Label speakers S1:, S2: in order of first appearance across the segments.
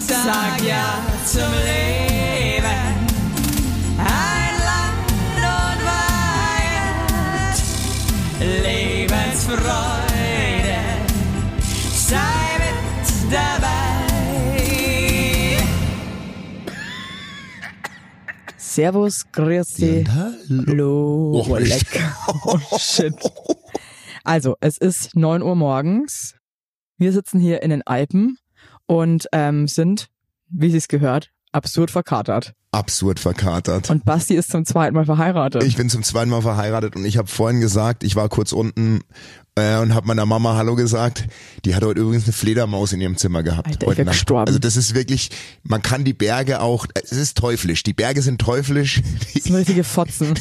S1: sag ja zum Leben. Ein Land und Weihend, Lebensfreude, sei mit dabei.
S2: Servus, grüß dich. Hallo.
S3: Oh,
S2: lecker. Oh, shit. Also, es ist 9 Uhr morgens. Wir sitzen hier in den Alpen und ähm, sind, wie sie es gehört, absurd verkatert.
S3: Absurd verkatert.
S2: Und Basti ist zum zweiten Mal verheiratet.
S3: Ich bin zum zweiten Mal verheiratet und ich habe vorhin gesagt, ich war kurz unten äh, und habe meiner Mama Hallo gesagt. Die hat heute übrigens eine Fledermaus in ihrem Zimmer gehabt.
S2: Alter, ich
S3: heute
S2: wär gestorben.
S3: Also das ist wirklich, man kann die Berge auch, es ist teuflisch. Die Berge sind teuflisch.
S2: das sind richtige Fotzen.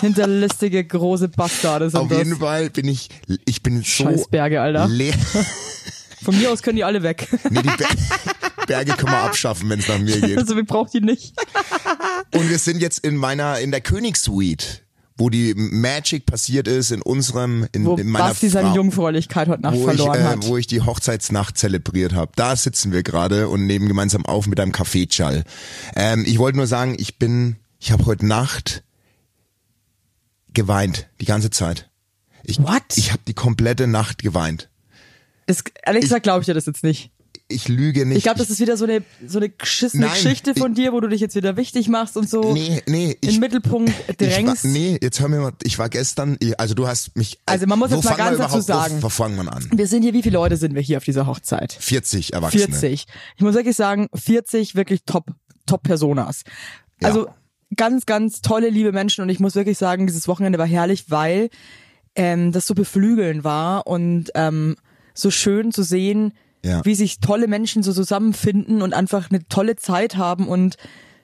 S2: Hinterlistige große Bastarde sind
S3: Auf
S2: das.
S3: jeden Fall bin ich, ich bin so
S2: Scheiß Berge, Alter.
S3: leer.
S2: Von mir aus können die alle weg.
S3: Nee, die Ber Berge können wir abschaffen, wenn es nach mir geht.
S2: also wir brauchen die nicht.
S3: Und wir sind jetzt in meiner, in der Königssuite, wo die Magic passiert ist, in unserem, in,
S2: Wo
S3: in meiner
S2: Basti
S3: Frau.
S2: seine Jungfräulichkeit heute Nacht
S3: wo
S2: verloren
S3: ich, äh,
S2: hat.
S3: Wo ich die Hochzeitsnacht zelebriert habe. Da sitzen wir gerade und nehmen gemeinsam auf mit einem Kaffeeschall. Ähm, ich wollte nur sagen, ich bin, ich habe heute Nacht geweint, die ganze Zeit. Ich,
S2: What?
S3: Ich habe die komplette Nacht geweint.
S2: Das, ehrlich gesagt glaube ich dir das jetzt nicht.
S3: Ich lüge nicht.
S2: Ich glaube, das ist wieder so eine so eine geschissene
S3: Nein,
S2: Geschichte von
S3: ich-
S2: dir, wo du dich jetzt wieder wichtig machst und so
S3: Nee, nee,
S2: in
S3: ich-
S2: den Mittelpunkt
S3: Ich
S2: drängst.
S3: war, nee, jetzt hör mir mal, ich war gestern, ich- also du hast mich.
S2: Also man muss
S3: wo
S2: jetzt mal
S3: fangen wir
S2: ganz dazu
S3: überhaupt-
S2: sagen.
S3: Wo, wo fangen wir an?
S2: Wir sind hier, wie viele Leute sind wir hier auf dieser Hochzeit?
S3: 40 Erwachsene.
S2: 40. Ich muss wirklich sagen, 40 wirklich top, top Personas.
S3: Ja.
S2: Also ganz, ganz tolle, liebe Menschen und ich muss wirklich sagen, dieses Wochenende war herrlich, weil ähm, das so beflügeln war und ähm, so schön zu sehen,
S3: Ja.
S2: wie sich tolle Menschen so zusammenfinden und einfach eine tolle Zeit haben und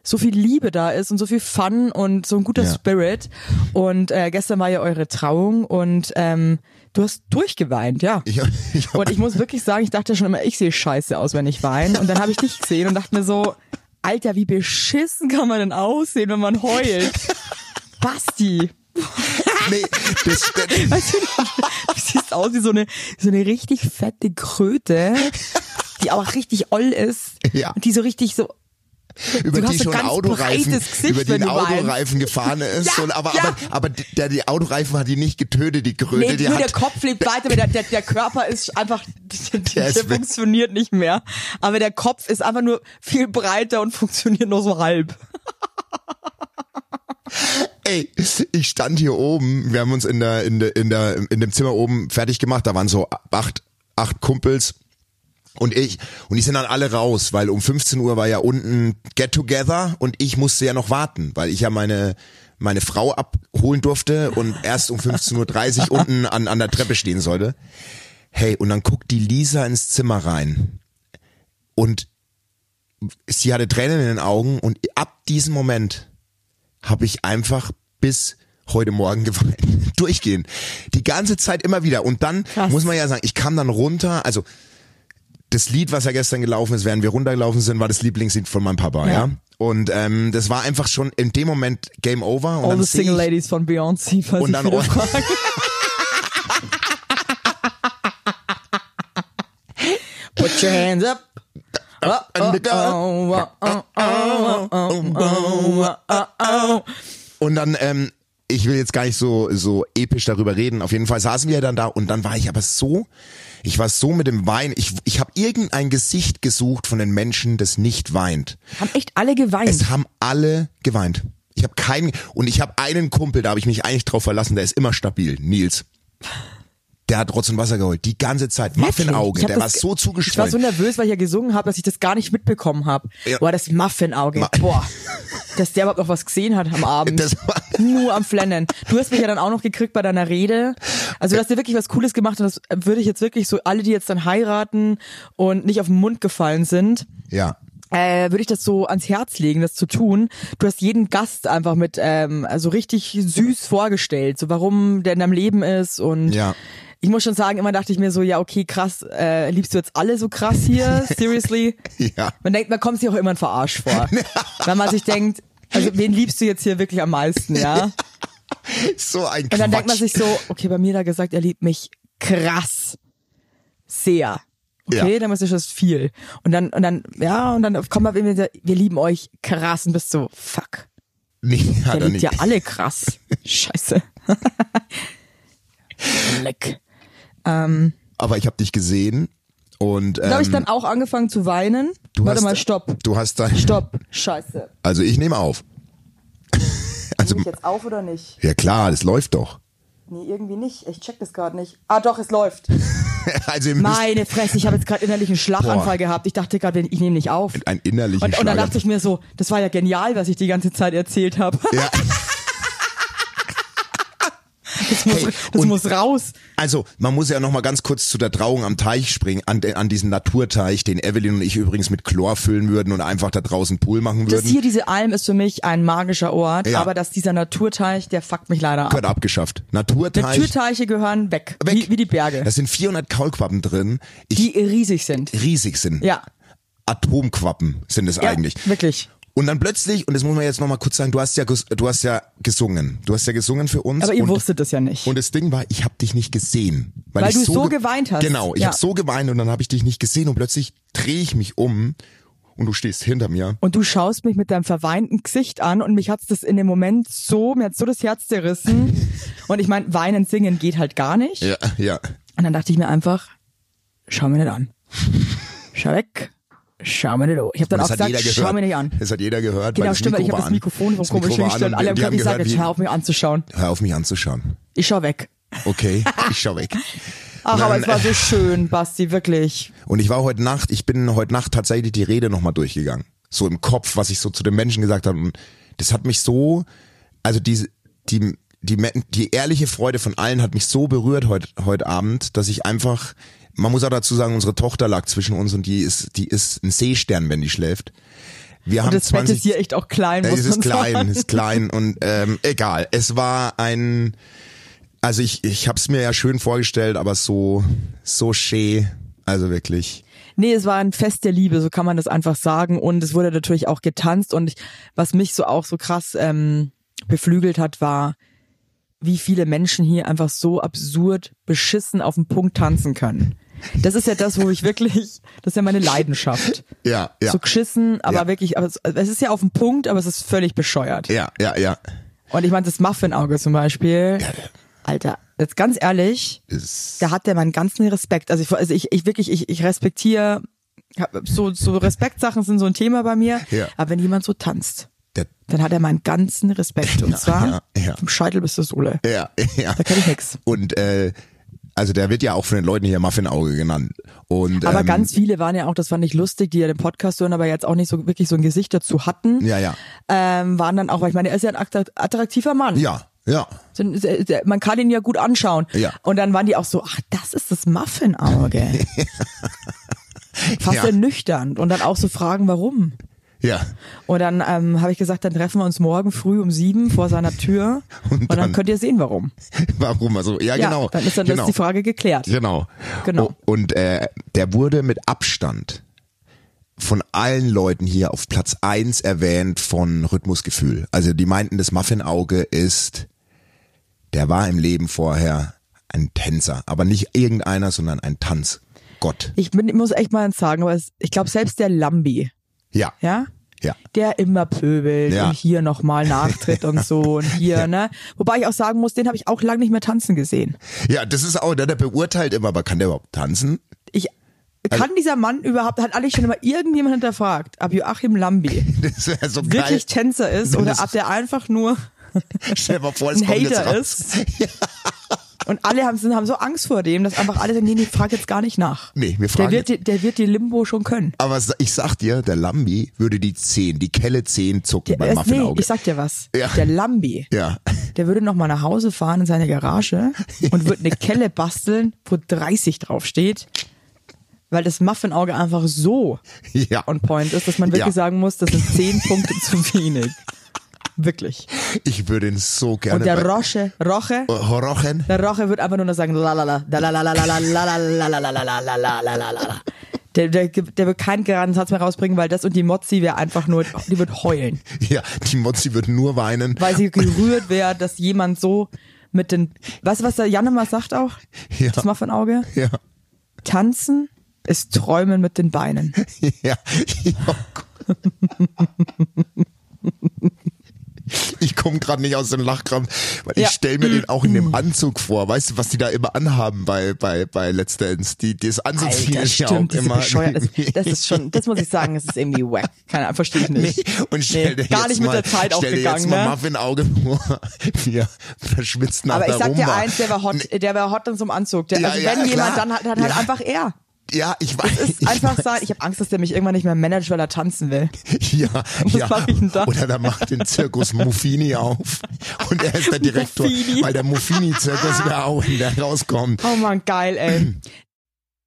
S2: so viel Liebe da ist und so viel Fun und so ein guter
S3: Ja.
S2: Spirit. Und äh, gestern war ja eure Trauung und ähm, du hast durchgeweint, ja.
S3: Ich, ich hab,
S2: Und ich muss wirklich sagen, ich dachte schon immer, ich sehe scheiße aus, wenn ich weine. Und dann habe ich dich gesehen und dachte mir so, Alter, wie beschissen kann man denn aussehen, wenn man heult? Basti,
S3: nee, das, das,
S2: weißt du, du siehst aus wie so eine, so eine richtig fette Kröte, die aber richtig oll ist.
S3: Ja.
S2: Und die so richtig so,
S3: über
S2: Du hast
S3: die
S2: so
S3: schon
S2: ganz
S3: Autoreifen,
S2: breites Gesicht,
S3: über die
S2: wenn
S3: ein
S2: du weinst.
S3: Autoreifen gefahren ist.
S2: Ja,
S3: und, aber,
S2: ja.
S3: aber, aber die- der, die Autoreifen hat die nicht getötet, die Kröte.
S2: nee,
S3: die
S2: nur
S3: hat,
S2: der Kopf lebt weiter, aber der, der, der Körper ist einfach, der, der,
S3: ist weg.
S2: funktioniert nicht mehr. Aber der Kopf ist einfach nur viel breiter und funktioniert nur so halb.
S3: Ey, ich stand hier oben, wir haben uns in der, in der, in der, in dem Zimmer oben fertig gemacht, da waren so acht, acht Kumpels und ich, und die sind dann alle raus, weil um 15 Uhr war ja unten Get Together und ich musste ja noch warten, weil ich ja meine, meine Frau abholen durfte und erst um 15.30 Uhr unten an, an der Treppe stehen sollte. Hey, und dann guckt die Lisa ins Zimmer rein und sie hatte Tränen in den Augen und ab diesem Moment habe ich einfach bis heute Morgen geweint. Durchgehend. Die ganze Zeit immer wieder. Und dann
S2: Krass.
S3: muss man ja sagen, ich kam dann runter, also das Lied, was ja gestern gelaufen ist, während wir runtergelaufen sind, war das Lieblingslied von meinem Papa, ja.
S2: Ja.
S3: Und ähm, das war einfach schon in dem Moment Game Over. Und
S2: All
S3: dann
S2: the
S3: seh ich,
S2: Single Ladies von Beyoncé, falls
S3: Und
S2: ich
S3: dann
S2: wieder
S3: all-
S2: frage. Put your hands up. Oh, oh, oh, oh, oh, oh, oh, oh, oh.
S3: Und dann, ähm, ich will jetzt gar nicht so, so episch darüber reden. Auf jeden Fall saßen wir dann da und dann war ich aber so, ich war so mit dem Wein. Ich, ich habe irgendein Gesicht gesucht von den Menschen, das nicht weint.
S2: Haben echt alle geweint.
S3: Es haben alle geweint. Ich habe keinen und ich habe einen Kumpel, da habe ich mich eigentlich drauf verlassen, der ist immer stabil, Nils. Der hat Rotz und Wasser geholt, die ganze Zeit. Muffinauge,
S2: Ich hab
S3: der war
S2: das-
S3: so
S2: Ich war so
S3: zugeschwollen.
S2: nervös, weil ich ja gesungen habe, dass ich das gar nicht mitbekommen habe.
S3: Ja.
S2: Boah, das Muffinauge.
S3: Ma-
S2: Boah. Dass der überhaupt noch was gesehen hat am Abend.
S3: Das war-
S2: Nur am Flennen. Du hast mich ja dann auch noch gekriegt bei deiner Rede. Also du hast dir wirklich was Cooles gemacht und das würde ich jetzt wirklich so, alle, die jetzt dann heiraten und nicht auf den Mund gefallen sind,
S3: ja.
S2: äh, würde ich das so ans Herz legen, das zu tun. Du hast jeden Gast einfach mit, ähm, also richtig süß vorgestellt, so warum der in deinem Leben ist und
S3: Ja.
S2: ich muss schon sagen, immer dachte ich mir so, ja okay, krass, äh, liebst du jetzt alle so krass hier? Seriously?
S3: Ja.
S2: Man denkt, man kommt sich auch immer ein Verarsch vor. wenn man sich denkt, also wen liebst du jetzt hier wirklich am meisten, ja?
S3: So ein
S2: Und
S3: Quatsch.
S2: dann denkt man sich so, okay, bei mir da gesagt, er liebt mich krass. Sehr. okay, dann ist das viel. Und dann, und dann, ja, und dann kommen wir eben, wieder, wir lieben euch krass und bist so, fuck.
S3: Nee, hat er
S2: Der liebt
S3: nicht.
S2: ja alle krass. Scheiße. Leck. Ähm,
S3: Aber ich habe dich gesehen und ähm,
S2: da habe ich dann auch angefangen zu weinen.
S3: du
S2: Warte
S3: hast,
S2: mal, stopp.
S3: Du hast dann
S2: Stopp. Scheiße.
S3: Also ich nehme auf. Also
S2: Nehme ich jetzt auf oder nicht?
S3: ja klar, das läuft doch.
S2: Nee, irgendwie nicht. Ich check das gerade nicht. Ah doch, es läuft.
S3: Also ihr müsst
S2: Meine Fresse, ich habe jetzt gerade innerlich einen
S3: Boah.
S2: Schlaganfall gehabt. Ich dachte gerade, ich nehme nicht auf.
S3: einen innerlichen
S2: Und, und dann
S3: Schlager-
S2: dachte ich mir so, das war ja genial, was ich die ganze Zeit erzählt habe.
S3: ja,
S2: Das, muss,
S3: Hey,
S2: das
S3: und-
S2: muss raus.
S3: Also man muss ja noch mal ganz kurz zu der Trauung am Teich springen, an, de- an diesen Naturteich, den Evelyn und ich übrigens mit Chlor füllen würden und einfach da draußen Pool machen
S2: Das
S3: würden.
S2: hier, diese Alm, ist für mich ein magischer Ort,
S3: Ja.
S2: aber dass dieser Naturteich, der fuckt mich leider ab.
S3: Gehört abgeschafft. Naturteich.
S2: Naturteiche gehören weg,
S3: Weg.
S2: Wie, wie die Berge,
S3: Da sind 400 Kaulquappen drin, ich,
S2: die riesig sind.
S3: riesig sind.
S2: Ja,
S3: Atomquappen sind es eigentlich.
S2: Ja, wirklich.
S3: Und dann plötzlich, und das muss man jetzt nochmal kurz sagen, du hast ja, ges- du hast ja gesungen. Du hast ja gesungen für uns.
S2: Aber ihr
S3: und,
S2: wusstet das ja nicht.
S3: Und das Ding war, ich habe dich nicht gesehen. Weil,
S2: Weil
S3: ich
S2: du so
S3: ge-
S2: geweint hast.
S3: Genau, ich
S2: Ja.
S3: habe so geweint und dann habe ich dich nicht gesehen und plötzlich drehe ich mich um und du stehst hinter mir.
S2: Und du schaust mich mit deinem verweinten Gesicht an und mich hat's das in dem Moment so, mir hat's so das Herz zerrissen. und ich meine, weinen, singen geht halt gar nicht.
S3: Ja, ja.
S2: Und dann dachte ich mir einfach, schau mir nicht an. Schau weg. Schau mir nicht an. Ich habe dann
S3: Und
S2: auch
S3: das hat
S2: gesagt,
S3: jeder gehört.
S2: schau mir nicht an.
S3: Das hat jeder gehört. weil
S2: Genau,
S3: das
S2: stimmt, weil ich
S3: Mikro war
S2: habe das
S3: an.
S2: Mikrofon vom
S3: Das
S2: komisch
S3: Mikro war an
S2: hingestellt. Alle haben
S3: und wir
S2: gehört, ich
S3: gehört,
S2: sage, jetzt
S3: wie-
S2: hör auf mich anzuschauen.
S3: Hör auf mich anzuschauen.
S2: Ich schau weg.
S3: Okay, ich schau weg.
S2: Ach, aber
S3: Dann,
S2: es war so schön, Basti, wirklich.
S3: Und ich war heute Nacht, ich bin heute Nacht tatsächlich die Rede nochmal durchgegangen. So im Kopf, was ich so zu den Menschen gesagt habe. Und das hat mich so, also diese, die, die, Me- die ehrliche Freude von allen hat mich so berührt heute, heute Abend, dass ich einfach, man muss auch dazu sagen, unsere Tochter lag zwischen uns und die ist, die ist ein Seestern, wenn die schläft. Wir
S2: Und
S3: haben
S2: das Bett
S3: 20,
S2: ist hier echt auch klein, muss
S3: es ist
S2: man
S3: klein,
S2: sagen.
S3: es ist klein und ähm, egal. Es war ein, also ich, ich habe es mir ja schön vorgestellt, aber so, so schön, also wirklich.
S2: Nee, es war ein Fest der Liebe, so kann man das einfach sagen. Und es wurde natürlich auch getanzt. Und ich, was mich so auch so krass ähm, beflügelt hat, war, wie viele Menschen hier einfach so absurd beschissen auf den Punkt tanzen können. Das ist ja das, wo ich wirklich, das ist ja meine Leidenschaft.
S3: Ja, ja.
S2: So geschissen, aber
S3: Ja.
S2: wirklich, aber es, es ist ja auf den Punkt, aber es ist völlig bescheuert.
S3: Ja, ja, ja.
S2: Und ich meine, das Muffinauge zum Beispiel. Alter, jetzt ganz ehrlich,
S3: Ist,
S2: da hat der meinen ganzen Respekt. Also ich, also ich, ich wirklich, ich, ich respektiere, hab- so, so Respektsachen sind so ein Thema bei mir.
S3: Ja.
S2: Aber wenn jemand so tanzt,
S3: der,
S2: dann hat er meinen ganzen Respekt. Und
S3: Ja,
S2: zwar
S3: ja, ja. Ähm.
S2: vom Scheitel bis zur Sohle.
S3: ja, ja.
S2: Da kann ich nix.
S3: Und äh, also der wird ja auch von den Leuten hier Muffinauge genannt. Und,
S2: Aber
S3: ähm,
S2: ganz viele waren ja auch, das fand ich lustig, die ja den Podcast hören, aber jetzt auch nicht so wirklich so ein Gesicht dazu hatten.
S3: Ja, ja.
S2: Ähm, waren dann auch, weil ich meine, er ist ja ein attrakt- attraktiver Mann.
S3: Ja, ja.
S2: Sind- se- se- Man kann ihn ja gut anschauen.
S3: Ja.
S2: Und dann waren die auch so, ach, das ist das Muffinauge. Fast
S3: Ja.
S2: ernüchternd. Und dann auch so fragen, warum.
S3: Ja.
S2: Und dann ähm, habe ich gesagt, dann treffen wir uns morgen früh um sieben vor seiner Tür.
S3: Und
S2: Und, dann,
S3: dann-
S2: könnt ihr sehen, warum.
S3: Warum? Also, ja, genau.
S2: Ja, dann ist dann
S3: genau.
S2: ist die Frage geklärt.
S3: Genau.
S2: Genau.
S3: O- Und äh, der wurde mit Abstand von allen Leuten hier auf Platz eins erwähnt von Rhythmusgefühl. Also die meinten, das Muffinauge ist, der war im Leben vorher ein Tänzer, aber nicht irgendeiner, sondern ein Tanzgott.
S2: Ich bin, muss echt mal sagen, aber es, ich glaube, selbst der Lambi,
S3: Ja,
S2: ja,
S3: ja.
S2: der immer pöbelt
S3: Ja.
S2: und hier nochmal nachtritt und so und hier, ne? Wobei ich auch sagen muss, den habe ich auch lange nicht mehr tanzen gesehen.
S3: Ja, das ist auch, der, der beurteilt immer, aber kann der überhaupt tanzen?
S2: Ich
S3: Also
S2: kann dieser Mann überhaupt, hat alle schon immer irgendjemand hinterfragt, ob Joachim Lambi
S3: Das wäre so
S2: wirklich
S3: geil.
S2: Tänzer ist
S3: Das
S2: oder
S3: ist-
S2: ob der einfach nur
S3: Stell dir mal vor, es
S2: ein
S3: kommt jetzt
S2: Hater
S3: raus.
S2: ist. Und alle haben, sind- haben so Angst vor dem, dass einfach alle sagen, nee, nee, frag jetzt gar nicht nach.
S3: Nee, wir
S2: der
S3: fragen
S2: wird, die, der wird die Limbo schon können.
S3: Aber sa- ich sag dir, der Lambi würde die 10, die Kelle 10 zucken
S2: Der,
S3: beim
S2: erst, nee,
S3: Muffinauge.
S2: ich sag dir was.
S3: Ja.
S2: Der Lambi,
S3: ja.
S2: der würde noch mal nach Hause fahren in seine Garage und würde eine Kelle basteln, wo 30 draufsteht, weil das Muffinauge einfach so
S3: Ja.
S2: on point ist, dass man wirklich
S3: Ja.
S2: sagen muss, das sind 10 Punkte zu wenig. Wirklich.
S3: Ich würde ihn so gerne.
S2: Und der
S3: bei-
S2: Roche, Roche,
S3: Rochen?
S2: Der Roche wird einfach nur noch sagen, la la la, da la la la la la la la la la la la la la la la la. Der, der, der wird keinen geraden Satz mehr rausbringen, weil das und die Mozzi wäre einfach nur, die wird heulen,
S3: Ja, die Mozzi wird nur weinen.
S2: weil sie gerührt wäre, dass jemand so mit den, weißt du, was der Janne mal sagt auch?
S3: Ja.
S2: Das Muffinauge?
S3: Ja.
S2: Tanzen ist Träumen mit den Beinen.
S3: Ja. Ich komme gerade nicht aus dem Lachkrampf, weil
S2: Ja.
S3: ich stelle mir den auch in dem Anzug vor. Weißt du, was die da immer anhaben bei bei bei Let's Dance? Die das Anzugsziehen
S2: Alter,
S3: ist ja
S2: stimmt,
S3: auch
S2: diese
S3: immer.
S2: bescheuert. Das, das ist schon, das muss ich sagen, das ist irgendwie wack. Keine Ahnung, verstehe ich nicht.
S3: und stell dir
S2: gar
S3: jetzt
S2: nicht mit
S3: mal,
S2: der Zeit
S3: stell dir
S2: aufgegangen,
S3: jetzt mal
S2: ne?
S3: Muffin-Auge vor, wir verschwitzt nach
S2: Aber ich
S3: der
S2: sag dir
S3: Rumba.
S2: eins, der war hot, der war hot in so einem Anzug. Der,
S3: Ja,
S2: also
S3: ja,
S2: wenn jemand,
S3: klar.
S2: dann hat, hat halt
S3: Ja.
S2: einfach er.
S3: Ja, ich weiß.
S2: Ist
S3: ich
S2: einfach
S3: weiß.
S2: sein. Ich habe Angst, dass der mich irgendwann nicht mehr managt, weil er tanzen will.
S3: Ja, ja.
S2: mach ich denn da?
S3: Oder der macht den Zirkus Muffini auf und er ist der Direktor,
S2: Muffini.
S3: weil der Muffini-Zirkus wäre auch, wenn der rauskommt.
S2: Oh man, geil, ey.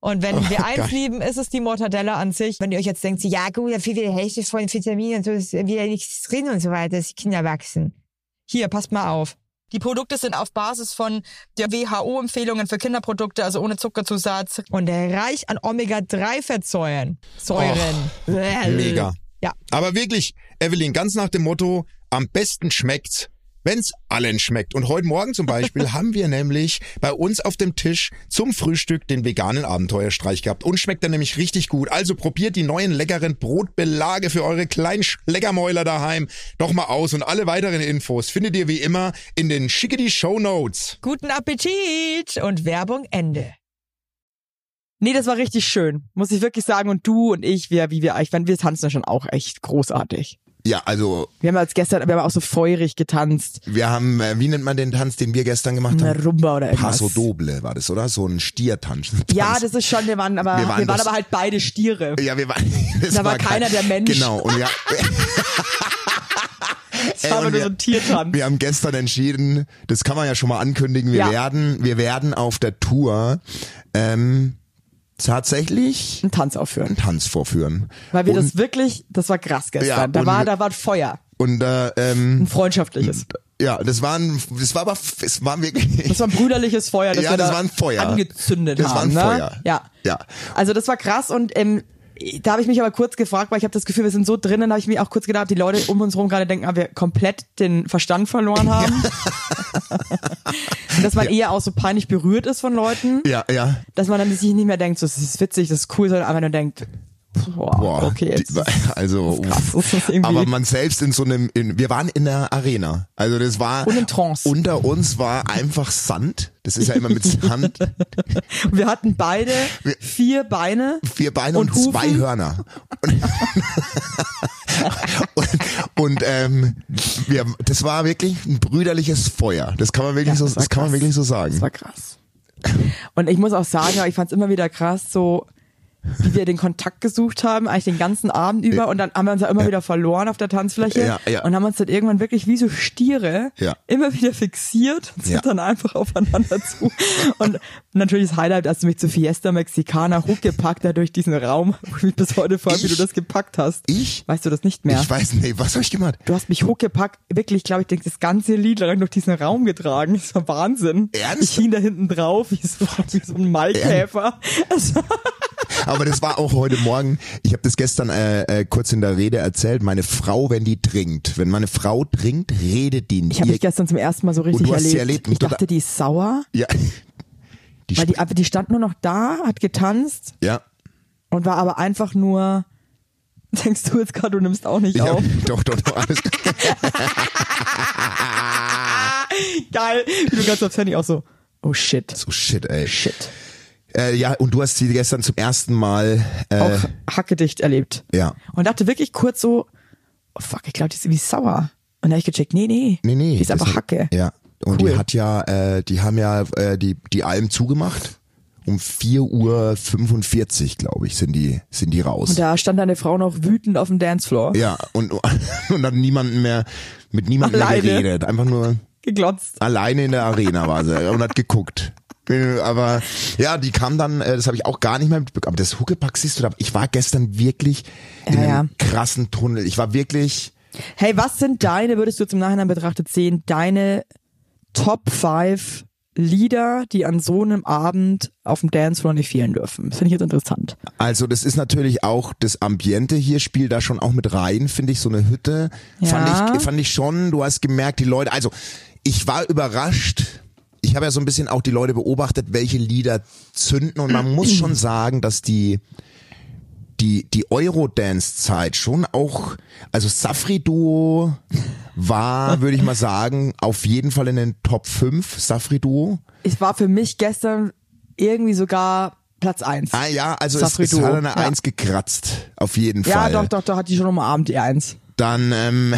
S2: Und wenn wir eins
S3: Oh, geil.
S2: lieben, ist es die Mortadella an sich. Wenn ihr euch jetzt denkt, so, ja gut, da fehlt wieder die Hälfte von den Vitaminen und so ist wieder nichts drin und so weiter, dass die Kinder wachsen. Hier, passt mal auf. Die Produkte sind auf Basis von der WHO-Empfehlungen für Kinderprodukte, also ohne Zuckerzusatz und reich an Omega-3-Fettsäuren. Säuren.
S3: Mega.
S2: Ja,
S3: Aber wirklich, Evelyn, ganz nach dem Motto, am besten schmeckt's, wenn's allen schmeckt. Und heute Morgen zum Beispiel haben wir nämlich bei uns auf dem Tisch zum Frühstück den veganen Abenteuerstreich gehabt. Und schmeckt er nämlich richtig gut. Also probiert die neuen leckeren Brotbelage für eure kleinen Schleckermäuler daheim doch mal aus. Und alle weiteren Infos findet ihr wie immer in den Schickety Show Notes.
S2: guten Appetit und Werbung Ende. Nee, das war richtig schön, muss ich wirklich sagen. Und du und ich, wir, wie wir, ich meine, wir tanzen ja schon auch echt großartig.
S3: Ja, also
S2: Wir haben als gestern, wir haben auch so feurig getanzt,
S3: wir haben, äh, wie nennt man den Tanz, den wir gestern gemacht
S2: eine Rumba oder irgendwas.
S3: Paso Doble war das, oder? So ein Stiertanz.
S2: Ja, das ist schon, wir waren aber, wir
S3: Wir
S2: waren,
S3: waren das-
S2: aber halt beide Stiere.
S3: Ja, wir waren. das
S2: Da war
S3: kein-
S2: keiner der Mensch.
S3: Genau, und ja.
S2: Das war aber
S3: und
S2: nur
S3: wir-
S2: so ein Tiertanz.
S3: Wir haben gestern entschieden, das kann man ja schon mal ankündigen, wir
S2: Ja.
S3: werden, wir werden auf der Tour ähm, tatsächlich
S2: einen Tanz
S3: einen
S2: aufführen.
S3: Tanz vorführen.
S2: Weil wir
S3: und,
S2: das wirklich, das war krass gestern.
S3: Ja,
S2: da
S3: und
S2: war,
S3: wir-
S2: da war Feuer.
S3: und äh, ähm,
S2: Ein freundschaftliches.
S3: ja, das waren, das war aber, es waren wirklich.
S2: Das war ein brüderliches Feuer. Das
S3: Ja,
S2: wir
S3: das
S2: da
S3: war ein Feuer.
S2: Angezündet
S3: Das war
S2: haben.
S3: ein
S2: ne?
S3: Feuer.
S2: Ja.
S3: Ja.
S2: Also das war krass und ähm, da habe ich mich aber kurz gefragt, weil ich habe das Gefühl, wir sind so drinnen, habe ich mir auch kurz gedacht, die Leute um uns rum gerade denken, ah, wir komplett den Verstand verloren haben. und dass man eher auch so peinlich berührt ist von Leuten.
S3: ja, ja.
S2: dass man dann sich nicht mehr denkt, so, das ist witzig, das ist cool, sondern einfach nur denkt, boah,
S3: Boah,
S2: okay, jetzt.
S3: die, also
S2: krass, das ist irgendwie-
S3: aber man selbst in so einem in, wir waren in der Arena. Also das war
S2: Und in Trance.
S3: Unter uns war einfach Sand. Das ist ja immer mit Sand,
S2: wir hatten beide vier Beine.
S3: vier Beine und,
S2: Und Hufen.
S3: zwei Hörner. Und, und, und ähm, wir, das war wirklich ein brüderliches Feuer. Das kann man wirklich
S2: Ja,
S3: so
S2: das war
S3: das kann man
S2: krass.
S3: wirklich so sagen.
S2: Das war krass. Und ich muss auch sagen, ich fand es immer wieder krass, so wie wir den Kontakt gesucht haben, eigentlich den ganzen Abend über und dann haben wir uns ja immer wieder verloren auf der Tanzfläche
S3: Ja, ja.
S2: und haben uns dann irgendwann wirklich wie so Stiere
S3: Ja.
S2: immer wieder fixiert und sind
S3: Ja.
S2: dann einfach aufeinander zu. Und natürlich das Highlight, als du mich zu Fiesta Mexicana hochgepackt hast durch diesen Raum, wo ich mich bis heute frage, wie
S3: Ich?
S2: du das gepackt hast.
S3: Ich?
S2: Weißt du das nicht mehr?
S3: Ich weiß nicht, was habe ich gemacht?
S2: Du hast mich hochgepackt, wirklich, glaube ich, denk, das ganze Lied lang durch diesen Raum getragen. Das war Wahnsinn.
S3: Ernst?
S2: Ich hing da hinten drauf, wie so, wie so ein Maikäfer. Also, Es war-
S3: Aber das war auch heute Morgen. Ich habe das gestern äh, äh, kurz in der Rede erzählt. Meine Frau, wenn die trinkt, wenn meine Frau trinkt, redet die nicht.
S2: Ich habe
S3: Ihr-
S2: mich gestern zum ersten Mal so richtig
S3: du hast
S2: erlebt.
S3: sie erlebt und
S2: Ich
S3: du
S2: dachte, die ist sauer,
S3: ja, die
S2: weil
S3: sp-
S2: die, aber die stand nur noch da, hat getanzt
S3: ja.
S2: und war aber einfach nur, denkst du jetzt gerade, du nimmst auch nicht
S3: Ich hab-
S2: auf.
S3: doch, doch, doch, alles klar.
S2: Geil. Wie du ganz aufs Handy auch so, oh shit.
S3: So shit, ey.
S2: Shit.
S3: Äh, ja, und du hast sie gestern zum ersten Mal. Äh,
S2: Auch hackedicht erlebt.
S3: Ja.
S2: Und dachte wirklich kurz so, oh fuck, ich glaube, die ist irgendwie sauer. Und dann hab ich gecheckt, nee, nee.
S3: nee, nee.
S2: Die ist
S3: das
S2: einfach
S3: hat-
S2: Hacke.
S3: Ja. Und
S2: Cool.
S3: die hat ja, äh, die haben ja äh, die, die Alm zugemacht. Um 4.45 Uhr, glaube ich, sind die, sind die raus.
S2: Und da stand eine Frau noch wütend auf dem Dancefloor,
S3: Ja, und, und hat niemanden mehr, mit niemandem mehr
S2: Alleine.
S3: geredet. Einfach nur
S2: geglotzt.
S3: alleine in der Arena war sie und hat geguckt. Äh, Aber ja, die kam dann, äh, das habe ich auch gar nicht mehr mitbekommen. Aber Das Huckepack siehst du da, ich war gestern wirklich in
S2: Ja,
S3: einem
S2: ja.
S3: krassen Tunnel. Ich war wirklich,
S2: Hey, was sind deine, würdest du zum Nachhinein betrachtet sehen, deine Top 5 Lieder, die an so einem Abend auf dem Dancefloor nicht fehlen dürfen? Das finde ich jetzt interessant.
S3: Also das ist natürlich auch das Ambiente hier spielt da schon auch mit rein, finde ich so eine Hütte.
S2: Ja.
S3: Fand ich fand ich schon, du hast gemerkt, die Leute, also ich war überrascht. Ich habe ja so ein bisschen auch die Leute beobachtet, welche Lieder zünden und man muss schon sagen, dass die die die Eurodance Zeit schon auch also Safri Duo war, würde ich mal sagen, auf jeden Fall in den Top 5 Safri Duo.
S2: Es war für mich gestern irgendwie sogar Platz 1.
S3: Ah ja, also es,
S2: Safri
S3: es
S2: Duo,
S3: hat eine
S2: ja.
S3: Eins gekratzt, auf jeden
S2: Ja,
S3: Fall.
S2: doch, doch, doch, hatte ich schon am Abend die 1.
S3: Dann, ähm,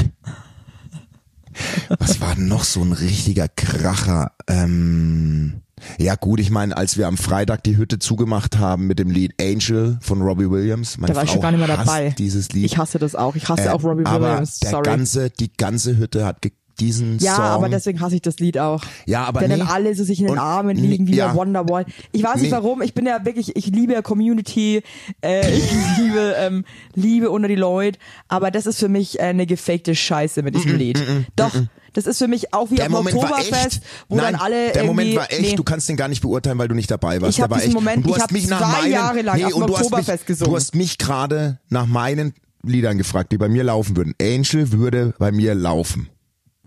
S3: was war denn noch so ein richtiger Kracher? Ähm, ja gut, ich meine, als wir am Freitag die Hütte zugemacht haben mit dem Lied Angel von Robbie Williams, meine
S2: Da war ich
S3: Frau
S2: schon gar nicht mehr dabei.
S3: hasst dieses Lied.
S2: Ich hasse das auch. Ich hasse
S3: Äh,
S2: auch Robbie
S3: aber
S2: Williams.
S3: Der
S2: Sorry.
S3: ganze, die ganze Hütte hat ge- diesen
S2: ja,
S3: Song.
S2: aber deswegen hasse ich das Lied auch.
S3: Ja, aber
S2: Denn
S3: nee.
S2: dann alle so sich in den
S3: Und
S2: Armen liegen
S3: nee,
S2: wie
S3: ja.
S2: bei Wonderwall. Ich weiß nicht
S3: Nee.
S2: warum, ich bin ja wirklich, ich liebe ja Community, äh, ich liebe ähm, Liebe unter die Leute, aber das ist für mich äh, eine gefakte Scheiße mit diesem Lied. Doch, das ist für mich auch wie
S3: der
S2: am
S3: Moment war
S2: Oktoberfest,
S3: echt.
S2: wo
S3: Nein,
S2: dann alle
S3: der Moment
S2: irgendwie-
S3: war echt.
S2: Nee.
S3: Du kannst den gar nicht beurteilen, weil du nicht dabei warst.
S2: Ich hab
S3: der war
S2: diesen
S3: echt.
S2: Moment-
S3: und du
S2: ich
S3: hast
S2: hab
S3: mich nach
S2: zwei
S3: meinen,
S2: Jahre lang
S3: nee,
S2: auf dem
S3: und du hast mich,
S2: Oktoberfest gesungen.
S3: Du hast mich gerade nach meinen Liedern gefragt, die bei mir laufen würden. Angel würde bei mir laufen.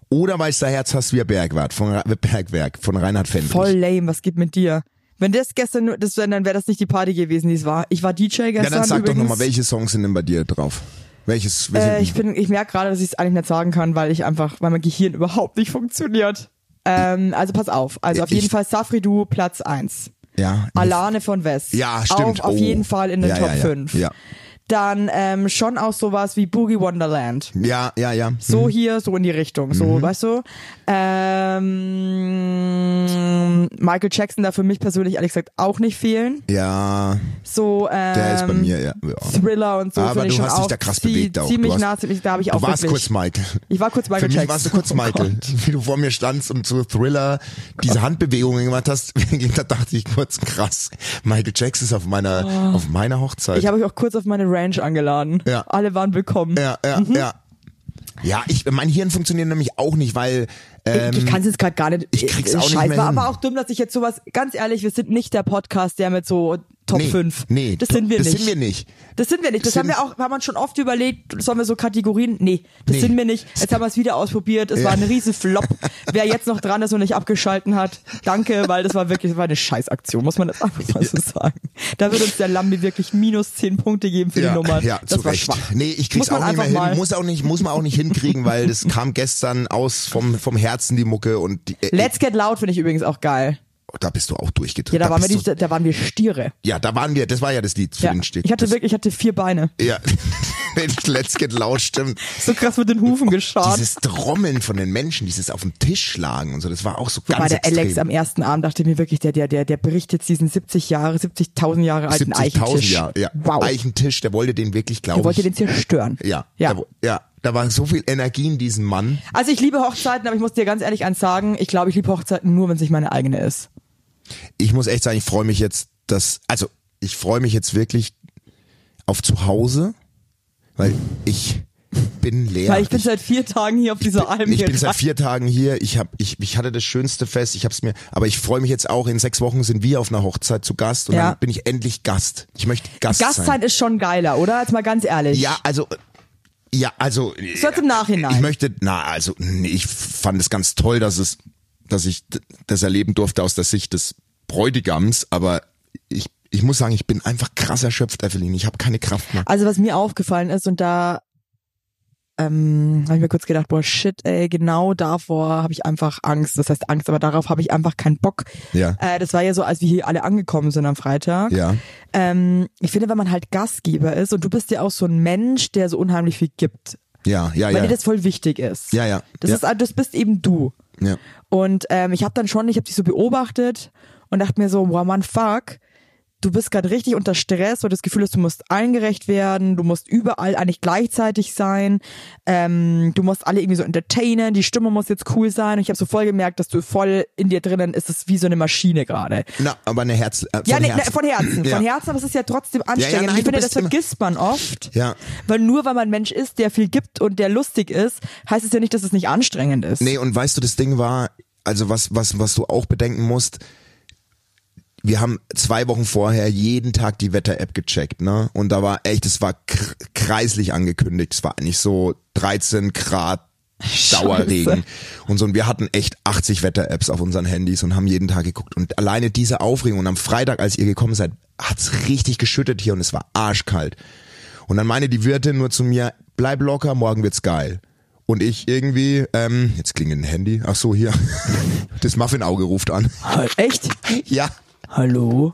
S3: Oder weil es da Herz hast wie ein Bergwart von Ra- Bergwerk von Reinhard Fendrich.
S2: Voll lame, was geht mit dir? Wenn das gestern, nur- das, wär- dann wäre das nicht die Party gewesen, die es war. Ich war DJ gestern.
S3: ja, dann sag doch
S2: übrigens.
S3: nochmal, welche Songs sind denn bei dir drauf? Welches?
S2: Äh, ich
S3: welche,
S2: bin, ich merke gerade, dass ich es eigentlich nicht sagen kann, weil ich einfach, weil mein Gehirn überhaupt nicht funktioniert. Ähm, also pass auf. Also auf
S3: Ich-
S2: jeden Fall Safri Du Platz 1.
S3: ja,
S2: Alane von West.
S3: Ja, stimmt.
S2: Auf, auf
S3: Oh.
S2: jeden Fall in den
S3: Ja,
S2: Top
S3: ja, ja.
S2: 5.
S3: Ja.
S2: Dann ähm, schon auch sowas wie Boogie Wonderland.
S3: ja, ja, ja.
S2: So hier, so in die Richtung,
S3: Mhm.
S2: so, weißt du? Ähm, Michael Jackson darf für mich persönlich ehrlich gesagt auch nicht fehlen.
S3: Ja,
S2: So, ähm,
S3: der ist bei mir, ja. ja.
S2: Thriller und so.
S3: Aber
S2: finde ich
S3: du
S2: schon
S3: hast dich
S2: auch
S3: da krass
S2: zie-
S3: bewegt auch. Du
S2: Ziemlich
S3: hast-
S2: nah, ziemlich, da habe ich auch
S3: Du warst
S2: wirklich,
S3: kurz Michael.
S2: Ich war kurz Michael
S3: Für mich
S2: Jackson.
S3: warst du kurz
S2: Oh
S3: Michael.
S2: Gott.
S3: Wie du vor mir standst und zu Thriller diese Handbewegungen gemacht hast, da dachte ich kurz, krass, Michael Jackson ist auf meiner, auf meiner Hochzeit.
S2: Oh. Ich habe euch auch kurz auf meine Ranch angeladen.
S3: Ja.
S2: Alle waren willkommen.
S3: ja, ja,
S2: Mhm.
S3: ja. Ja, ich, mein Hirn funktioniert nämlich auch nicht, weil, ähm,
S2: Ich- ich kann es jetzt gerade gar nicht.
S3: ich krieg's auch nicht
S2: Scheiß,
S3: mehr
S2: war
S3: hin.
S2: aber auch dumm, dass ich jetzt sowas, ganz ehrlich, wir sind nicht der Podcast, der mit so Top
S3: nee,
S2: 5.
S3: nee,
S2: das sind wir
S3: das
S2: nicht.
S3: sind wir nicht.
S2: Das sind wir nicht. Das
S3: Sind-
S2: haben wir auch, haben wir uns schon oft überlegt, sollen wir so Kategorien? Nee, das
S3: Nee.
S2: sind wir nicht. Jetzt haben wir es wieder ausprobiert. Es war ein riesen Flop. Wer jetzt noch dran ist und nicht abgeschalten hat, danke, weil das war wirklich, das war eine Scheißaktion, muss man das einfach mal so sagen. Da wird uns der Lambi wirklich minus 10 Punkte geben für die Nummer.
S3: Ja,
S2: das
S3: zu
S2: war
S3: Recht.
S2: schwach.
S3: Nee, ich krieg's
S2: Muss man
S3: auch nicht mehr hin.
S2: einfach mal-
S3: Muss auch nicht, muss man auch nicht hinkriegen, weil das kam gestern aus vom, vom Herzen, die Mucke und die, äh,
S2: Let's Get Loud finde ich übrigens auch geil.
S3: da bist du auch durchgedreht.
S2: Ja, da, waren wir,
S3: bist
S2: die, da waren wir Stiere.
S3: du, ja, da waren wir, das war ja das Lied für
S2: Ja.
S3: den Stück.
S2: Ich hatte
S3: das,
S2: wirklich, ich hatte vier Beine.
S3: Ja, Let's Get Loud stimmt.
S2: So krass mit den Hufen geschart.
S3: Dieses Trommeln von den Menschen, dieses auf den Tisch schlagen und so, das war auch so ganz
S2: Bei der
S3: extrem.
S2: Alex am ersten Abend dachte ich mir wirklich, der, der, der, der berichtet diesen 70 Jahre, 70.000 Jahre alten
S3: 70.000
S2: Eichentisch.
S3: ja, ja.
S2: Wow.
S3: Eichentisch, der wollte den wirklich,
S2: der
S3: glaube ich.
S2: wollte den zerstören.
S3: ja,
S2: ja.
S3: Da, wo- ja, da war so viel Energie in diesem Mann.
S2: Also ich liebe Hochzeiten, aber ich muss dir ganz ehrlich eins sagen, ich glaube, ich liebe Hochzeiten nur, wenn es nicht meine eigene ist.
S3: Ich muss echt sagen, ich freue mich jetzt, dass, also ich freue mich jetzt wirklich auf zu Hause, weil ich bin leer.
S2: Weil ich bin seit vier Tagen hier auf dieser Alm
S3: ich
S2: hier
S3: bin seit
S2: dran.
S3: vier Tagen hier. Ich hab, ich, ich hatte das schönste Fest. Ich hab's mir, aber ich freue mich jetzt auch. In sechs Wochen sind wir auf einer Hochzeit zu Gast und
S2: Ja.
S3: dann bin ich endlich Gast. Ich möchte Gast,
S2: Gast sein ist schon geiler, oder? Jetzt mal ganz ehrlich.
S3: Ja, also, ja, also.
S2: So jetzt im Nachhinein.
S3: Ich möchte, na, also, nee, ich fand es ganz toll, dass es, dass ich d- das erleben durfte aus der Sicht des Bräutigams, aber ich, ich muss sagen, ich bin einfach krass erschöpft, Evelyn. Ich habe keine Kraft mehr.
S2: Also was mir aufgefallen ist und da ähm, habe ich mir kurz gedacht, boah shit, ey, genau davor habe ich einfach Angst. Das heißt Angst, aber darauf habe ich einfach keinen Bock.
S3: Ja.
S2: Äh, das war ja so, als wir hier alle angekommen sind am Freitag.
S3: Ja.
S2: Ähm, ich finde, wenn man halt Gastgeber ist und du bist ja auch so ein Mensch, der so unheimlich viel gibt,
S3: Ja, ja,
S2: weil
S3: ja.
S2: dir das voll wichtig ist.
S3: Ja, ja,
S2: Das
S3: ja.
S2: ist, also das bist eben du.
S3: ja.
S2: Und ähm, ich habe dann schon, ich habe dich so beobachtet und dachte mir so, wow, man, fuck, du bist gerade richtig unter Stress, weil du das Gefühl hast, du musst eingerecht werden, du musst überall eigentlich gleichzeitig sein, ähm, du musst alle irgendwie so entertainen, die Stimme muss jetzt cool sein. Und ich habe so voll gemerkt, dass du voll in dir drinnen ist, es wie so eine Maschine gerade.
S3: Na, aber eine Herz. Äh, von
S2: Ja, nee,
S3: Herzen.
S2: nee, von Herzen,
S3: Ja.
S2: von Herzen, aber es ist ja trotzdem anstrengend.
S3: nein,
S2: ich
S3: du
S2: finde,
S3: bist
S2: das
S3: immer-
S2: vergisst man oft.
S3: Ja.
S2: Weil nur weil man ein Mensch ist, der viel gibt und der lustig ist, heißt es ja nicht, dass es nicht anstrengend ist.
S3: Nee, und weißt du, das Ding war, also was, was, was du auch bedenken musst, wir haben zwei Wochen vorher jeden Tag die Wetter-App gecheckt, ne? Und da war echt, es war kr- kreislich angekündigt. Es war eigentlich so 13 Grad Dauerregen. Und so, und wir hatten echt 80 Wetter-Apps auf unseren Handys und haben jeden Tag geguckt. Und alleine diese Aufregung und am Freitag, als ihr gekommen seid, hat's richtig geschüttet hier und es war arschkalt. Und dann meine die Wirtin nur zu mir, bleib locker, morgen wird's geil. Und ich irgendwie, ähm, jetzt klingelt ein Handy. Ach so, hier. Das Muffinauge ruft an.
S2: Ha- Echt?
S3: Ja.
S2: Hallo?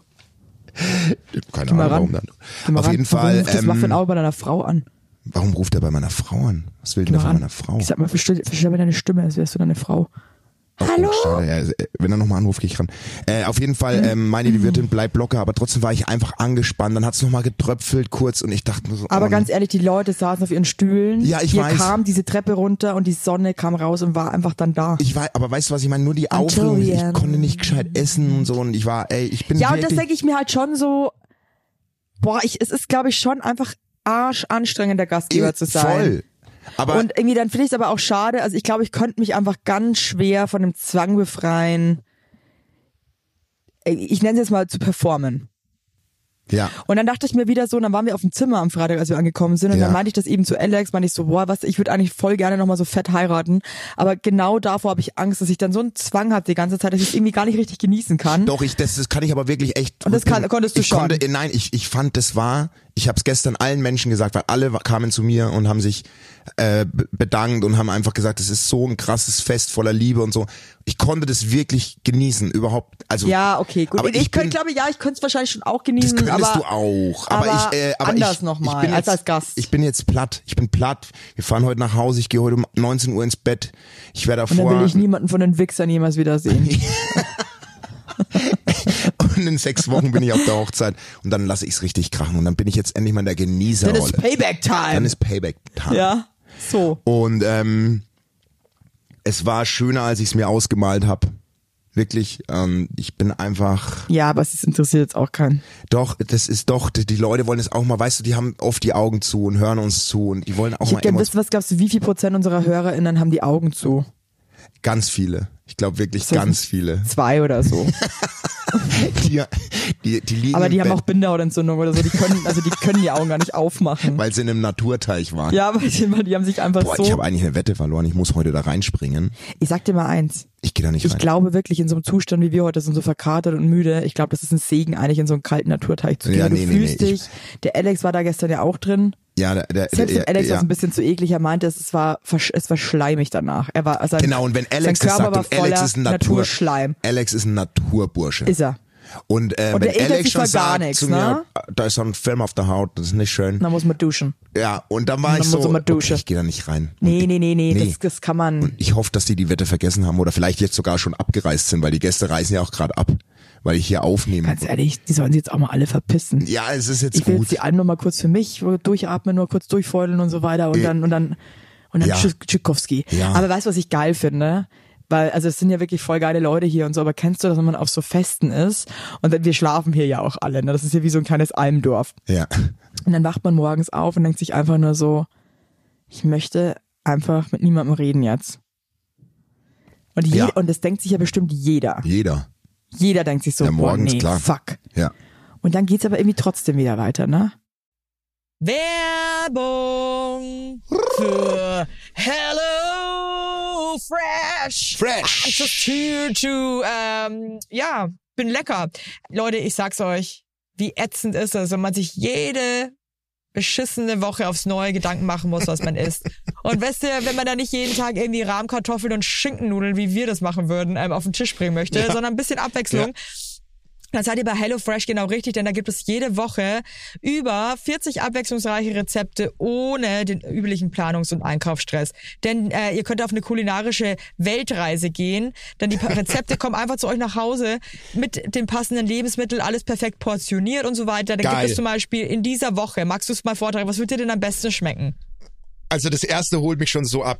S3: Keine
S2: Geh
S3: Ahnung,
S2: mal ran.
S3: warum dann.
S2: Geh mal
S3: Auf
S2: ran.
S3: jeden
S2: Warum
S3: Fall,
S2: ruft Das macht
S3: ähm,
S2: ein Auge bei deiner Frau an.
S3: warum ruft er bei meiner Frau an? Was will
S2: Geh
S3: denn der
S2: mal
S3: von
S2: ran.
S3: meiner Frau?
S2: Ich sag mal, verstell, verstell mal deine Stimme, als wärst du deine Frau. Hallo? Mhm.
S3: Oh, schade, ja, wenn er nochmal anruft, gehe ich ran. Äh, auf jeden Fall, ähm, meine die Wirtin bleibt locker, aber trotzdem war ich einfach angespannt. Dann hat's noch nochmal getröpfelt kurz und ich dachte mir so,
S2: Aber
S3: oh,
S2: ganz ehrlich, die Leute saßen auf ihren Stühlen.
S3: Ja, ich
S2: Hier
S3: weiß.
S2: kam diese Treppe runter und die Sonne kam raus und war einfach dann da.
S3: ich war, aber weißt du was, ich meine, nur die
S2: Until
S3: Aufregung,
S2: the
S3: ich
S2: end.
S3: konnte nicht gescheit essen und so und ich war, ey, ich bin
S2: Ja, und
S3: wirklich,
S2: das denke ich mir halt schon so, boah, ich, es ist, glaube ich, schon einfach arschanstrengender Gastgeber zu sein.
S3: eh Voll. Aber
S2: Und irgendwie dann finde ich es aber auch schade. Also ich glaube, ich könnte mich einfach ganz schwer von dem Zwang befreien. äh, Ich nenne es jetzt mal zu performen.
S3: ja,
S2: Und dann dachte ich mir wieder so, und dann waren wir auf dem Zimmer am Freitag, als wir angekommen sind. Und
S3: Ja.
S2: dann meinte ich das eben zu Alex, meinte ich so, boah, was, ich würde eigentlich voll gerne nochmal so fett heiraten. Aber genau davor habe ich Angst, dass ich dann so einen Zwang habe die ganze Zeit, dass ich es irgendwie gar nicht richtig genießen kann.
S3: doch ich das, das kann ich aber wirklich echt.
S2: Hm? Und das kann- konntest du
S3: ich
S2: schon?
S3: Konnte, nein, ich ich fand das war, ich habe es gestern allen Menschen gesagt, weil alle kamen zu mir und haben sich äh, b- bedankt und haben einfach gesagt, es ist so ein krasses Fest voller Liebe und so. Ich konnte das wirklich genießen überhaupt. Also
S2: Ja, okay, gut.
S3: Aber
S2: ich
S3: ich
S2: könnte,
S3: bin-
S2: glaube, ja, ich könnte es wahrscheinlich schon auch
S3: Das
S2: genießen.
S3: könntest
S2: aber,
S3: du auch, aber,
S2: aber
S3: ich, äh, aber
S2: anders
S3: ich,
S2: noch mal,
S3: ich bin
S2: als
S3: jetzt,
S2: als Gast.
S3: Ich bin jetzt platt, ich bin platt. Wir fahren heute nach Hause, ich gehe heute um 19 Uhr ins Bett. Ich werde
S2: und dann
S3: davor
S2: will ich niemanden von den Wichsern jemals wiedersehen.
S3: Und in sechs Wochen bin ich auf der Hochzeit und dann lasse ich es richtig krachen und dann bin ich jetzt endlich mal in der
S2: Dann ist
S3: Genießerrolle. Dann
S2: Payback-Time.
S3: ist Payback-Time.
S2: Ja, so.
S3: Und ähm, es war schöner, als ich es mir ausgemalt habe. Wirklich, ähm, ich bin einfach.
S2: Ja, aber es interessiert jetzt auch keinen.
S3: Doch, das ist doch. Die die Leute wollen es auch mal. Weißt du, die haben oft die Augen zu und hören uns zu und die wollen auch
S2: Ich
S3: mal
S2: hätte gerne
S3: immer
S2: wissen, was glaubst du, wie viel Prozent unserer HörerInnen haben die Augen zu?
S3: ganz viele. Ich glaube wirklich
S2: Safe.
S3: ganz viele.
S2: Zwei oder so.
S3: Die, die, die liegen
S2: Aber
S3: im
S2: die haben
S3: Bett,
S2: auch Bindehautentzündung oder so. Die können, also die können die Augen gar nicht aufmachen.
S3: weil sie in einem Naturteich waren.
S2: Ja, aber die, die haben sich einfach
S3: Boah, ich
S2: so.
S3: habe eigentlich eine Wette verloren. Ich muss heute da reinspringen.
S2: Ich sag dir mal eins.
S3: Ich gehe da nicht
S2: Ich
S3: rein.
S2: glaube wirklich in so einem Zustand, wie wir heute sind, so verkatert und müde. Ich glaube, das ist ein Segen, eigentlich in so einen kalten Naturteich zu gehen.
S3: Ja,
S2: du
S3: nee, nee,
S2: fühlst
S3: nee, ich-
S2: dich. Der Alex war da gestern ja auch drin.
S3: Ja, der, der,
S2: Selbst
S3: der,
S2: wenn Alex
S3: ja.
S2: das ein bisschen zu eklig, er meinte, es war, versch- es war schleimig danach. Er war, also sein,
S3: Genau, und wenn Alex
S2: sein
S3: das
S2: Körper
S3: sagt,
S2: war
S3: und Alex
S2: voller
S3: ist ein Natur,
S2: Naturschleim.
S3: Alex ist ein Naturbursche.
S2: Ist er.
S3: Und, äh, wenn
S2: Und der ekelt
S3: Alex
S2: sich
S3: schon
S2: vor gar
S3: sagt
S2: nichts,
S3: zu mir, "Ah,
S2: ne?
S3: da ist so ein Film auf der Haut, das ist nicht schön.
S2: Da muss man duschen.
S3: Ja, und dann war
S2: Dann
S3: ich
S2: muss
S3: so,
S2: er mal
S3: okay,
S2: duschen.
S3: ich gehe da nicht rein.
S2: Nee, nee, nee, nee,
S3: Nee.
S2: Das, das kann man.
S3: Ich hoffe, dass die die Wette vergessen haben oder vielleicht jetzt sogar schon abgereist sind, weil die Gäste reisen ja auch gerade ab, weil ich hier aufnehme.
S2: Ganz ehrlich, die sollen sich jetzt auch mal alle verpissen.
S3: ja, es ist jetzt
S2: ich will
S3: gut.
S2: jetzt die allen nochmal kurz für mich durchatmen, nur kurz durchfeudeln und so weiter und dann und dann und dann
S3: Ja.
S2: Tschü- Tschütkowski.
S3: Ja.
S2: Aber weißt du, was ich geil finde? Weil, also es sind ja wirklich voll geile Leute hier und so, aber kennst du, dass wenn man auf so Festen ist und dann- wir schlafen hier ja auch alle, ne? Das ist ja wie so ein kleines Almdorf.
S3: ja.
S2: Und dann wacht man morgens auf und denkt sich einfach nur so, ich möchte einfach mit niemandem reden jetzt. Und, je,
S3: Ja.
S2: und das denkt sich ja bestimmt jeder.
S3: Jeder.
S2: Jeder denkt sich so,
S3: Ja,
S2: boah,
S3: morgens,
S2: nee,
S3: klar.
S2: fuck.
S3: Ja.
S2: Und dann geht's aber irgendwie trotzdem wieder weiter, ne?
S1: Werbung für Hello Fresh.
S3: Fresh.
S1: I'm just too, too, ähm, ja, bin lecker. Leute, ich sag's euch, wie ätzend ist es, wenn man sich jede beschissene Woche aufs Neue Gedanken machen muss, was man isst. Und weißt du, wenn man da nicht jeden Tag irgendwie Rahmkartoffeln und Schinkennudeln, wie wir das machen würden, ähm, auf den Tisch bringen möchte, sondern ein bisschen Abwechslung. Das seid ihr bei HelloFresh genau richtig, denn da gibt es jede Woche über 40 abwechslungsreiche Rezepte ohne den üblichen Planungs- und Einkaufsstress. Denn äh, ihr könnt auf eine kulinarische Weltreise gehen, denn die Pa- Rezepte kommen einfach zu euch nach Hause mit den passenden Lebensmitteln, alles perfekt portioniert und so weiter. Da
S3: Geil.
S1: gibt es zum Beispiel in dieser Woche, magst du es mal vortragen, was wird dir denn am besten schmecken?
S4: Also das erste holt mich schon so ab.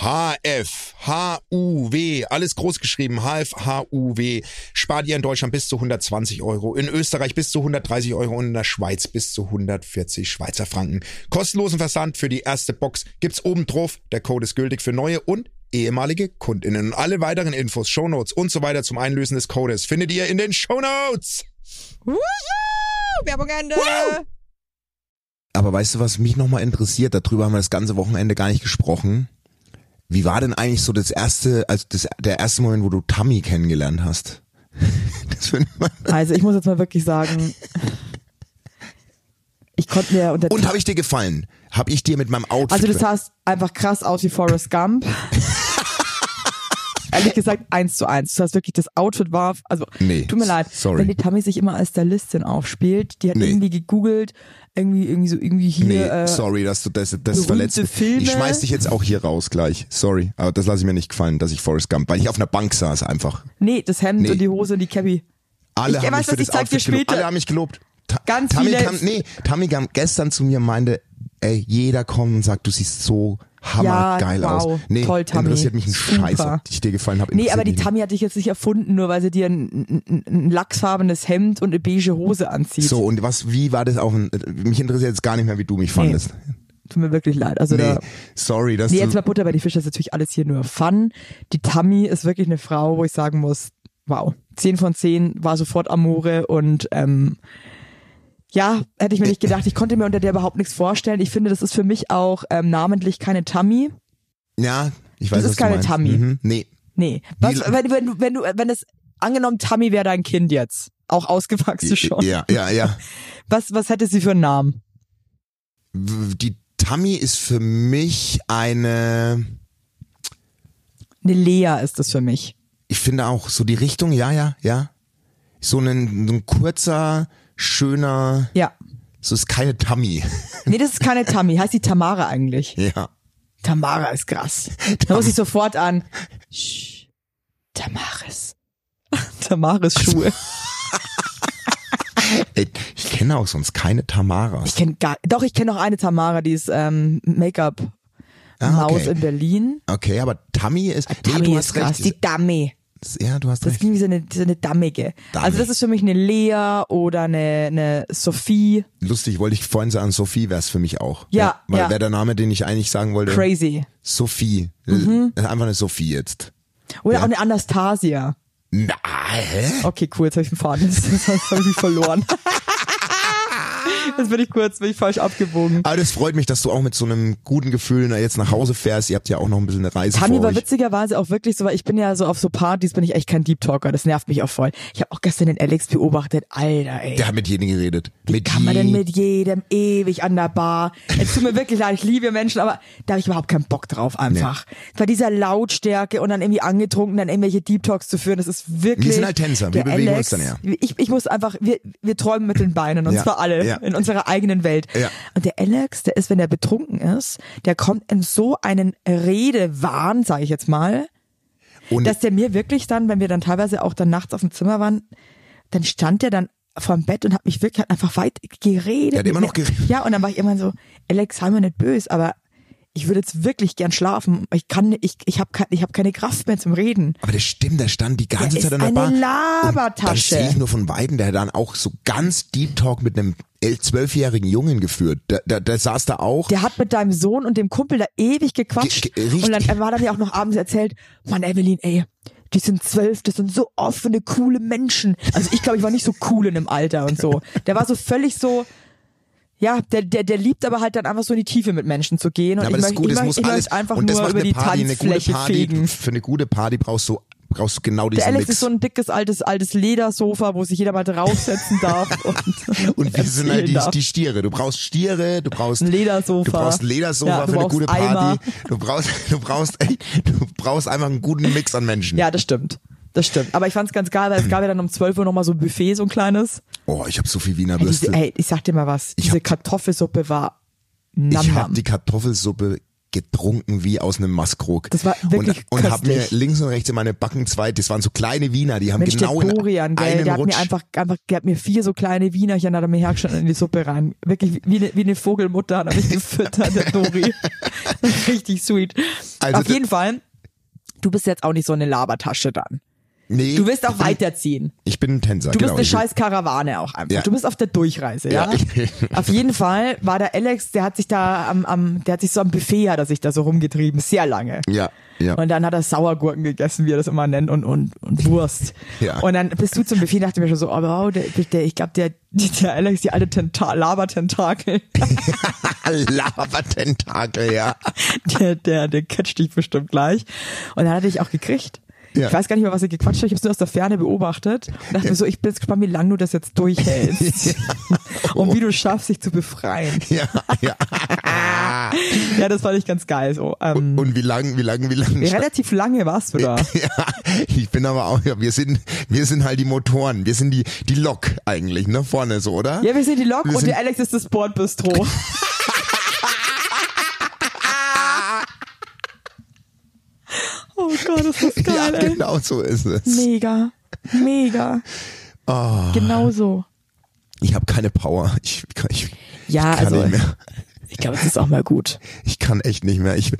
S4: HF, HUW, alles groß geschrieben, HF, HUW, spart ihr in Deutschland bis zu 120 Euro, in Österreich bis zu 130 Euro und in der Schweiz bis zu 140 Schweizer Franken. Kostenlosen Versand für die erste Box gibt's oben drauf. Der Code ist gültig für neue und ehemalige KundInnen. Und alle weiteren Infos, Shownotes und so weiter zum Einlösen des Codes findet ihr in den Shownotes.
S1: Woohoo! Werbung Ende.
S3: Aber weißt du, was mich nochmal interessiert? Darüber haben wir das ganze Wochenende gar nicht gesprochen. Wie war denn eigentlich so das erste, also das, der erste Moment, wo du Tammy kennengelernt hast? Das würde man-
S2: Also ich muss jetzt mal wirklich sagen, ich konnte mir unter
S3: Und habe ich dir gefallen? Habe ich dir mit meinem Outfit?
S2: Also du sahst einfach krass aus wie Forrest Gump. Ehrlich gesagt, eins zu eins. Das heißt wirklich, das Outfit war, also
S3: Nee,
S2: tut mir leid,
S3: sorry.
S2: wenn die Tammy sich immer als Stylistin aufspielt, die hat
S3: Nee.
S2: irgendwie gegoogelt, irgendwie, irgendwie so, irgendwie hier.
S3: nee,
S2: äh,
S3: sorry, dass du das, das
S2: berühmte
S3: verletzt.
S2: Filme.
S3: Ich schmeiß dich jetzt auch hier raus gleich. Sorry, aber das lasse ich mir nicht gefallen, dass ich Forrest Gump, weil ich auf einer Bank saß einfach.
S2: nee, das Hemd
S3: Nee.
S2: und die Hose und die Cappy.
S3: Alle
S2: Ich
S3: haben
S2: weiß,
S3: mich für
S2: dass
S3: das
S2: ich zeig dir
S3: Outfit gelobt.
S2: später.
S3: Alle haben mich gelobt. Ta
S2: Ganz
S3: Tammy
S2: viele-
S3: kam, nee, Tammy kam gestern zu mir und meinte, ey, jeder kommt und sagt, du siehst so hammergeil
S2: Ja, wow.
S3: aus. Nee,
S2: Toll, Tammy.
S3: interessiert mich ein
S2: Super.
S3: Scheiß, ob ich dir gefallen habe.
S2: Nee, aber die Tammy hat dich jetzt nicht erfunden, nur weil sie dir ein, ein, ein lachsfarbenes Hemd und eine beige Hose anzieht.
S3: So, und was, wie war das auf ein, mich interessiert jetzt gar nicht mehr, wie du mich fandest.
S2: Tut mir wirklich leid. Also
S3: Nee,
S2: da,
S3: sorry, dass
S2: Nee,
S3: du,
S2: jetzt mal Butter bei die Fische, das ist natürlich alles hier nur Fun. Die Tammy ist wirklich eine Frau, wo ich sagen muss, wow, 10 von 10, war sofort Amore und ähm, ja, hätte ich mir nicht gedacht, ich konnte mir unter der überhaupt nichts vorstellen. Ich finde, das ist für mich auch ähm, namentlich keine Tammy.
S3: ja, ich weiß,
S2: ist
S3: was
S2: keine
S3: du meinst.
S2: Tammy.
S3: Mhm, nee.
S2: Nee, was,
S3: Wie-
S2: wenn, wenn, du- wenn du, wenn das, angenommen Tammy wäre dein Kind jetzt, auch
S3: Äh,
S2: ausgewachsen schon,
S3: Ja, ja, ja.
S2: was, was hätte sie für einen Namen?
S3: W- Die Tammy ist für mich eine,
S2: Eine Lea ist das für mich.
S3: ich finde auch so die Richtung, ja, ja, ja. So ein, ein kurzer, schöner,
S2: Ja.
S3: so ist keine Tammy.
S2: Nee, das ist keine Tammy, heißt die Tamara eigentlich.
S3: Ja.
S2: Tamara ist krass. Da muss ich sofort an. Shh, Tamaris. Tamaris Schuhe.
S3: Ey, ich kenne auch sonst keine Tamaras.
S2: Ich kenne gar, doch, ich kenne noch eine Tamara, die ist ähm, Make-up
S3: Ah,
S2: Maus
S3: okay.
S2: in Berlin.
S3: Okay, aber Tammy ist.
S2: Tammy
S3: nee, du hast
S2: ist krass,
S3: recht.
S2: die Dummy.
S3: ja, du hast
S2: Das
S3: recht.
S2: klingt wie so eine, so eine Dammige.
S3: Dummy.
S2: Also das ist für mich eine Lea oder eine, eine Sophie.
S3: Lustig, wollte ich vorhin sagen, Sophie wäre es für mich auch.
S2: Ja,
S3: Weil
S2: ja.
S3: wäre der Name, den ich eigentlich sagen wollte.
S2: Crazy. Mhm.
S3: Sophie. Äh, Einfach eine Sophie jetzt.
S2: Oder auch eine Anastasia.
S3: Na, hä?
S2: Okay, cool, jetzt habe ich den Faden. Jetzt habe ich mich verloren. Jetzt bin ich kurz, bin ich falsch abgebogen.
S3: Aber das freut mich, dass du auch mit so einem guten Gefühl na, jetzt nach Hause fährst. Ihr habt ja auch noch ein bisschen eine Reise
S2: Tammy
S3: vor
S2: war
S3: euch.
S2: witzigerweise auch wirklich so, weil ich bin ja so auf so Partys, bin ich echt kein Deep Talker, das nervt mich auch voll. Ich habe auch gestern den Alex beobachtet, Alter, ey.
S3: Der hat mit jedem geredet. mit
S2: Kann man
S3: jedem.
S2: denn mit jedem ewig an der Bar? Es tut mir wirklich leid, ich liebe Menschen, aber da habe ich überhaupt keinen Bock drauf einfach. Bei dieser Lautstärke und dann irgendwie angetrunken, dann irgendwelche Deep Talks zu führen, das ist wirklich.
S3: Wir sind halt Tänzer, wir
S2: der
S3: bewegen uns
S2: Alex,
S3: dann, ja.
S2: Ich, ich muss einfach, wir, wir träumen mit den Beinen und
S3: Ja,
S2: zwar alle
S3: ja.
S2: in unserer eigenen Welt.
S3: Ja.
S2: Und der Alex, der ist, wenn er betrunken ist, der kommt in so einen Redewahn, sage ich jetzt mal,
S3: Und
S2: dass der mir wirklich dann, wenn wir dann teilweise auch dann nachts auf dem Zimmer waren, dann stand der dann vorm Bett und hat mich wirklich hat einfach weit geredet.
S3: Der hat immer
S2: mit
S3: noch
S2: mir.
S3: geredet.
S2: Ja, und dann war ich immer so, Alex, sei mir nicht böse, aber ich würde jetzt wirklich gern schlafen. Ich kann, ich, ich habe kein, ich hab keine Kraft mehr zum Reden.
S3: Aber das stimmt, der stand die ganze
S2: Der
S3: Zeit
S2: ist
S3: an der
S2: eine
S3: Bar. Und dann
S2: Labertasche.
S3: sehe ich nur von Weitem, der hat dann auch so ganz Deep Talk mit einem elf-, zwölfjährigen Jungen geführt. Der, der, der saß da auch.
S2: Der hat mit deinem Sohn und dem Kumpel da ewig gequatscht.
S3: Ge- ge- richtig.
S2: und dann er war dann ja auch noch abends erzählt, Mann, Evelyn, ey, die sind zwölf, das sind so offene, coole Menschen. Also ich glaube, ich war nicht so cool in dem Alter und so. Der war so völlig so, ja, der, der, der liebt aber halt dann einfach so in die Tiefe mit Menschen zu gehen. Und
S3: Ja, aber
S2: ich
S3: das
S2: möchte
S3: ist gut,
S2: ich
S3: das
S2: möcht-
S3: muss
S2: ich
S3: alles.
S2: möchte einfach
S3: und das
S2: nur
S3: macht
S2: über
S3: eine
S2: die
S3: Party, eine gute
S2: Tanzfläche
S3: Party.
S2: fegen.
S3: Für eine gute Party brauchst du, brauchst du genau
S2: Der
S3: diesen
S2: Alex
S3: Mix.
S2: ist so ein dickes, altes, altes Ledersofa, wo sich jeder mal draufsetzen darf. Und,
S3: und wir sind halt die,
S2: erzählen darf.
S3: die Stiere. Du brauchst Stiere, du brauchst
S2: Ein Ledersofa.
S3: Du brauchst ein Ledersofa
S2: Ja, du
S3: für eine
S2: brauchst
S3: gute Party.
S2: Eimer.
S3: Du brauchst du brauchst du brauchst einfach einen guten Mix an Menschen.
S2: Ja, das stimmt. Das stimmt. Aber ich fand's ganz geil, weil es gab ja dann um 12 Uhr nochmal so ein Buffet, so ein kleines.
S3: Oh, ich habe so viel Wiener
S2: Ey, diese,
S3: Würste.
S2: ey, ich sag dir mal was. Diese Kartoffelsuppe war nam,
S3: ich habe
S2: nam.
S3: die Kartoffelsuppe getrunken wie aus einem Maskrug.
S2: Das war wirklich
S3: und, und hab mir
S2: köstlich.
S3: links und rechts in meine Backen zwei, das waren so kleine Wiener, die haben
S2: Mensch,
S3: genau
S2: der
S3: in
S2: Dorian, gell,
S3: einem
S2: der hat
S3: Rutsch.
S2: mir einfach, einfach, der hat mir vier so kleine Wienerchen, hat er mir hergeschnitten in die Suppe rein. Wirklich wie eine, wie eine Vogelmutter hat er mich gefüttert, der Dori. Richtig sweet.
S3: Also
S2: Auf
S3: d-
S2: jeden Fall, du bist jetzt auch nicht so eine Labertasche dann.
S3: nee,
S2: Du wirst auch
S3: ich bin-
S2: weiterziehen.
S3: Ich bin ein Tänzer,
S2: Du
S3: genau.
S2: bist eine
S3: ich bin-
S2: scheiß Karawane auch einfach.
S3: Ja.
S2: Du bist auf der Durchreise, ja?
S3: Ja.
S2: Auf jeden Fall war der Alex, der hat sich da am, am der hat sich so am Buffet hat er sich da so rumgetrieben, sehr lange.
S3: Ja, ja.
S2: Und dann hat er Sauergurken gegessen, wie er das immer nennt, und, und, und Wurst.
S3: Ja.
S2: Und dann bist du zum Buffet, dachte ich mir schon so, oh, wow, der, der, ich glaube, der, der Alex, die alte Tenta Labertentakel,
S3: Labertentakel, ja.
S2: der, der, der catcht dich bestimmt gleich. Und dann hatte ich auch gekriegt.
S3: Ja.
S2: Ich weiß gar nicht mehr, was er gequatscht hat. Ich habe es nur aus der Ferne beobachtet und dachte mir so, ich bin jetzt gespannt, wie lange du das jetzt durchhältst und wie du schaffst, dich zu befreien.
S3: Ja, ja.
S2: Ja, das fand ich ganz geil. So, ähm,
S3: Und wie lang, wie lang, wie lang?
S2: relativ lange warst du da.
S3: Ja, ich bin aber auch, ja, wir sind, wir sind halt die Motoren, wir sind die, die Lok eigentlich, ne, vorne so, oder?
S2: Ja, wir sind die Lok
S3: Wir
S2: und
S3: sind-
S2: der Alex ist das Bordbistro. oh Gott, ist das
S3: Ja,
S2: geil, ey.
S3: genau so ist es.
S2: Mega. Mega.
S3: Ah.
S2: Genau so.
S3: Ich habe keine Power. Ich, ich,
S2: Ja,
S3: ich kann
S2: also
S3: nicht mehr.
S2: ich glaube, es ist auch mal gut.
S3: Ich kann echt nicht mehr. Ich,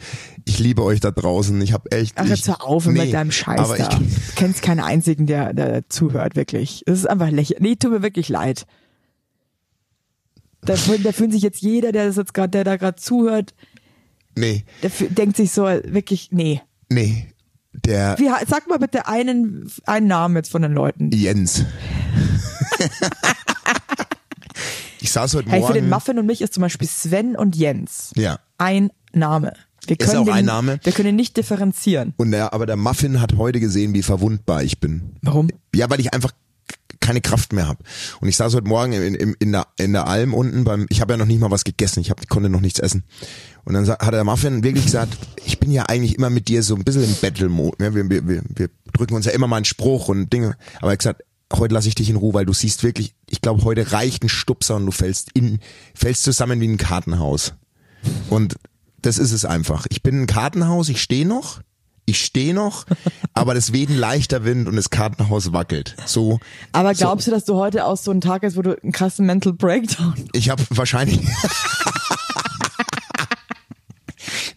S3: ich liebe euch da draußen. Ich habe echt.
S2: Ach,
S3: ich,
S2: jetzt hör auf mit deinem Scheiß
S3: aber
S2: da.
S3: Ich,
S2: Du kennst keinen einzigen, der, der zuhört, wirklich. Es ist einfach lächerlich. Nee, tut mir wirklich leid. Da, fühl- da fühlt sich jetzt jeder, der das jetzt gerade, der da gerade zuhört,
S3: nee,
S2: der fü- denkt sich so, wirklich, nee.
S3: nee. Der
S2: Wie, he- sag mal bitte einen, einen Namen jetzt von den Leuten.
S3: Jens. ich saß heute
S2: Hey,
S3: Morgen.
S2: für den Muffin und mich ist zum Beispiel Sven und Jens.
S3: ja.
S2: Ein Name. Wir
S3: Ist
S2: können
S3: auch
S2: den,
S3: ein Name.
S2: Wir können ihn nicht differenzieren.
S3: Und der, aber der Muffin hat heute gesehen, wie verwundbar ich bin.
S2: Warum?
S3: Ja, weil ich einfach keine Kraft mehr habe. Und ich saß heute Morgen in, in, in, der, in der Alm unten beim, ich habe ja noch nicht mal was gegessen, ich hab, konnte noch nichts essen. Und dann sa- hat der Muffin wirklich gesagt, ich bin ja eigentlich immer mit dir so ein bisschen im Battle-Mode. ne? Wir, wir, wir, wir drücken uns ja immer mal einen Spruch und Dinge. Aber er hat gesagt, heute lasse ich dich in Ruhe, weil du siehst wirklich, ich glaube, heute reicht ein Stupser und du fällst in, fällst zusammen wie ein Kartenhaus. Und das ist es einfach. Ich bin ein Kartenhaus, ich stehe noch. Ich stehe noch, aber das weht ein leichter Wind und das Kartenhaus wackelt. So,
S2: Aber glaubst du, dass du heute auch so ein Tag ist, wo du einen krassen Mental Breakdown
S3: ich habe wahrscheinlich.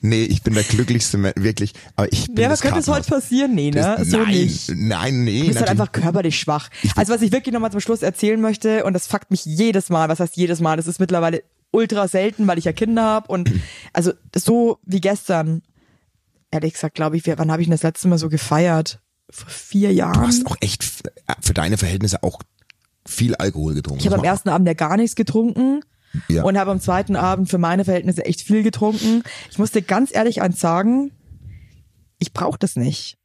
S3: nee, ich bin der glücklichste Mensch, wirklich. Aber ich bin
S2: Ja,
S3: das
S2: was könnte es heute
S3: Kartenhaus.
S2: passieren? Nee, ne?
S3: Das-
S2: so
S3: nein,
S2: nicht.
S3: nein, nee.
S2: Du bist halt
S3: natürlich-
S2: einfach körperlich schwach. Also was ich wirklich nochmal zum Schluss erzählen möchte, und das fuckt mich jedes Mal, was heißt jedes Mal, das ist mittlerweile ultra selten, weil ich ja Kinder habe und also so wie gestern, ehrlich gesagt, glaube ich, wir- wann habe ich denn das letzte Mal so gefeiert? Vor vier Jahren.
S3: du hast auch echt f- äh, für deine Verhältnisse auch viel Alkohol getrunken.
S2: Ich habe am
S3: Das
S2: ersten Abend ja gar nichts getrunken
S3: Ja.
S2: und habe am zweiten Abend für meine Verhältnisse echt viel getrunken. Ich musste ganz ehrlich eins sagen, ich brauche das nicht.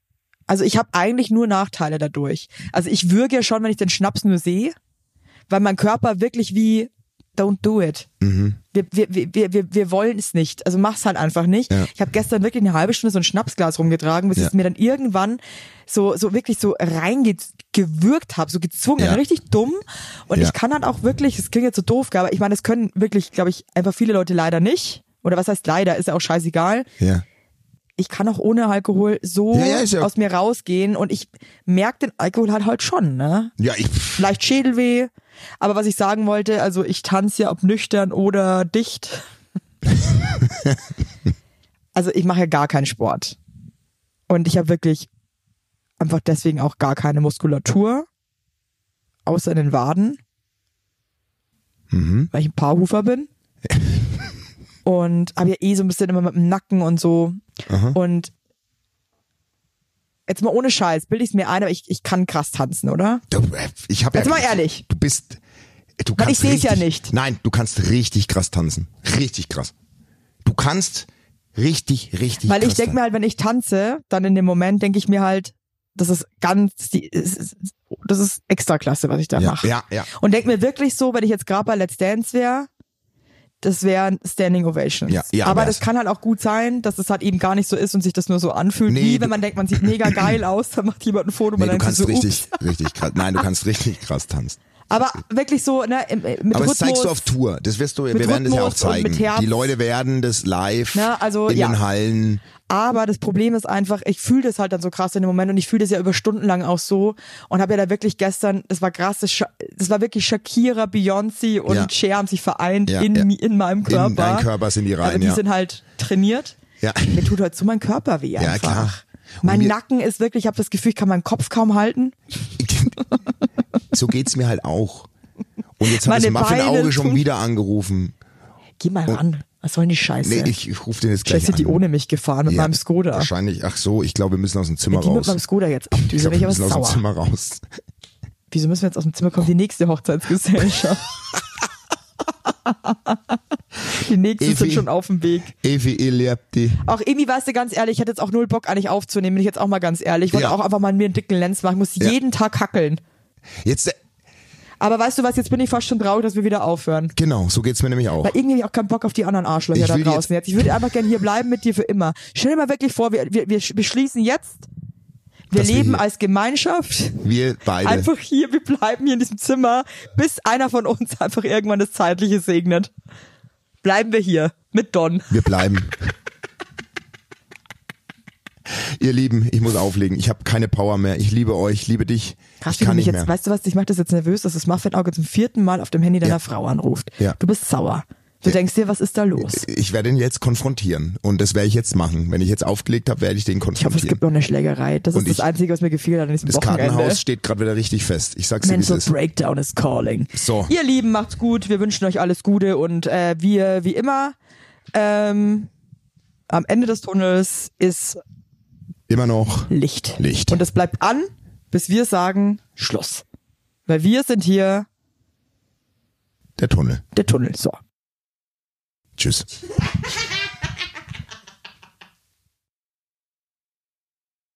S2: Also ich habe eigentlich nur Nachteile dadurch. Also ich würge ja schon, wenn ich den Schnaps nur sehe, weil mein Körper wirklich wie don't do it.
S3: Mhm.
S2: Wir, wir, wir, wir, wir wollen es nicht. Also mach's halt einfach nicht.
S3: Ja.
S2: Ich habe gestern wirklich eine halbe Stunde so ein Schnapsglas rumgetragen, bis
S3: Ja.
S2: ich es mir dann irgendwann so, so wirklich so reingewürgt habe, so gezwungen.
S3: Ja.
S2: Richtig dumm. Und
S3: Ja.
S2: ich kann dann auch wirklich, es klingt jetzt so doof, aber ich meine, das können wirklich, glaube ich, einfach viele Leute leider nicht. Oder was heißt leider, ist ja auch scheißegal
S3: macht- Ja.
S2: ich kann auch ohne Alkohol so
S3: Ja, ja, ist ja-
S2: aus mir rausgehen und ich merke den Alkohol halt halt schon, ne?
S3: Ja, ich.
S2: Leicht Schädelweh. Aber was ich sagen wollte, also ich tanze ja ob nüchtern oder dicht. also ich mache ja gar keinen Sport. Und ich habe wirklich einfach deswegen auch gar keine Muskulatur, außer in den Waden,
S3: Mhm.
S2: weil ich ein Paarhufer bin. und habe ja eh so ein bisschen immer mit dem Nacken und so.
S3: Aha.
S2: Und jetzt mal ohne Scheiß, bilde ich es mir ein, aber ich, ich kann krass tanzen, oder?
S3: Du, äh, ich hab
S2: Jetzt
S3: ja,
S2: mal ehrlich.
S3: Du bist. äh, Du
S2: Weil
S3: kannst
S2: ich seh's ja
S3: richtig-
S2: nicht.
S3: Nein, du kannst richtig krass tanzen. Richtig krass. Du kannst richtig, richtig
S2: Weil
S3: krass
S2: ich denke mir halt, wenn ich tanze, dann in dem Moment denke ich mir halt, das ist ganz, die, es ist- das ist extra klasse, was ich da
S3: ja,
S2: mache.
S3: ja, ja.
S2: Und denke mir wirklich so, wenn ich jetzt gerade bei Let's Dance wäre, das wären Standing Ovations.
S3: Ja, ja,
S2: Aber
S3: wär's.
S2: das kann halt auch gut sein, dass es halt eben gar nicht so ist und sich das nur so anfühlt,
S3: Nee,
S2: wie
S3: du-
S2: wenn man denkt, man sieht mega geil aus, dann macht jemand ein Foto und
S3: Nee,
S2: man
S3: du
S2: denkt sich
S3: kannst
S2: so, ups.
S3: richtig, richtig krass. Nein, du kannst richtig krass tanzen.
S2: Aber wirklich so, ne, im- im- mit
S3: Aber das
S2: Rhythmus.
S3: zeigst du auf Tour. Das wirst du, wir werden das ja auch
S2: Rhythmus und
S3: zeigen.
S2: mit Herz.
S3: Die Leute werden das live
S2: Na, also,
S3: in
S2: ja.
S3: den Hallen.
S2: Aber das Problem ist einfach, ich fühle das halt dann so krass in dem Moment und ich fühle das ja über Stunden lang auch so und habe ja da wirklich gestern, das war krass, das, Scha- das war wirklich Shakira, Beyoncé und
S3: Ja.
S2: Cher haben sich vereint
S3: Ja,
S2: in,
S3: ja.
S2: mi- in meinem Körper.
S3: In deinen Körper sind die rein,
S2: also die
S3: ja.
S2: sind halt trainiert.
S3: Ja.
S2: Mir tut halt so mein Körper weh
S3: Ja,
S2: einfach.
S3: klar. Und
S2: Mein
S3: mir-
S2: Nacken ist wirklich, ich habe das Gefühl, ich kann meinen Kopf kaum halten.
S3: so geht's mir halt auch. Und jetzt hat
S2: Meine
S3: das Muffinauge
S2: Beine
S3: schon
S2: tun-
S3: wieder angerufen.
S2: Geh mal ran. Was soll denn die Scheiße?
S3: Oh. Nee, ich, ich rufe den jetzt gleich
S2: Vielleicht sind
S3: an.
S2: die ohne mich gefahren mit
S3: Ja,
S2: meinem Skoda.
S3: Wahrscheinlich. Ach so, ich glaube, wir müssen aus dem Zimmer
S2: Ja, die mit
S3: raus.
S2: meinem Skoda jetzt ab. Die
S3: ich
S2: sind
S3: glaube,
S2: ich
S3: wir
S2: aber
S3: müssen aus dem
S2: sauer.
S3: Zimmer raus.
S2: Wieso müssen wir jetzt aus dem Zimmer kommen? Die nächste Hochzeitsgesellschaft. die nächsten sind
S3: Evi.
S2: schon auf dem Weg.
S3: Evi Eliabdi.
S2: Auch Emi, weißt du, ganz ehrlich, ich hatte jetzt auch null Bock, eigentlich aufzunehmen, bin ich jetzt auch mal ganz ehrlich. Ich wollte
S3: Ja.
S2: auch einfach mal mir einen dicken Lenz machen, muss jeden Tag hackeln.
S3: Jetzt, äh,
S2: Aber weißt du was, jetzt bin ich fast schon traurig, dass wir wieder aufhören.
S3: genau, so geht's mir nämlich auch.
S2: Weil irgendwie habe ich auch keinen Bock auf die anderen Arschlöcher
S3: Ich
S2: da
S3: will
S2: draußen jetzt. Ich würde einfach gerne hier bleiben mit dir für immer. Stell dir mal wirklich vor, wir, wir, wir beschließen jetzt, wir
S3: Dass wir
S2: leben
S3: hier-
S2: als Gemeinschaft.
S3: Wir beide.
S2: Einfach hier, wir bleiben hier in diesem Zimmer, bis einer von uns einfach irgendwann das Zeitliche segnet. Bleiben wir hier mit Don.
S3: Wir bleiben. Ihr Lieben, ich muss auflegen. Ich habe keine Power mehr. Ich liebe euch, liebe dich. ich
S2: wie du
S3: kann
S2: mich
S3: nicht
S2: jetzt,
S3: mehr.
S2: weißt du was, ich mache das jetzt nervös, dass das Muffinauge zum vierten Mal auf dem Handy deiner Frau anruft.
S3: Ja. Äh,
S2: Du bist sauer. Du denkst dir, was ist da los?
S3: ich werde ihn jetzt konfrontieren und das werde ich jetzt machen. Wenn ich jetzt aufgelegt habe, werde ich den
S2: Ich hoffe, es
S3: konfrontieren.
S2: gibt noch eine Schlägerei. Das
S3: Und
S2: ist das
S3: ich-
S2: Einzige, was mir gefehlt hat an diesem
S3: das
S2: Wochenende.
S3: Kartenhaus steht gerade wieder richtig fest. Ich sag's dir, wie es
S2: Mental
S3: ist.
S2: Breakdown is calling.
S3: So.
S2: Ihr Lieben, macht's gut. Wir wünschen euch alles Gute und äh, wir, wie immer, ähm, am Ende des Tunnels ist
S3: Immer noch.
S2: Licht.
S3: Licht.
S2: Und das bleibt an, bis wir sagen Schluss. Weil wir sind hier
S3: Der Tunnel.
S2: der Tunnel. So.
S3: Tschüss.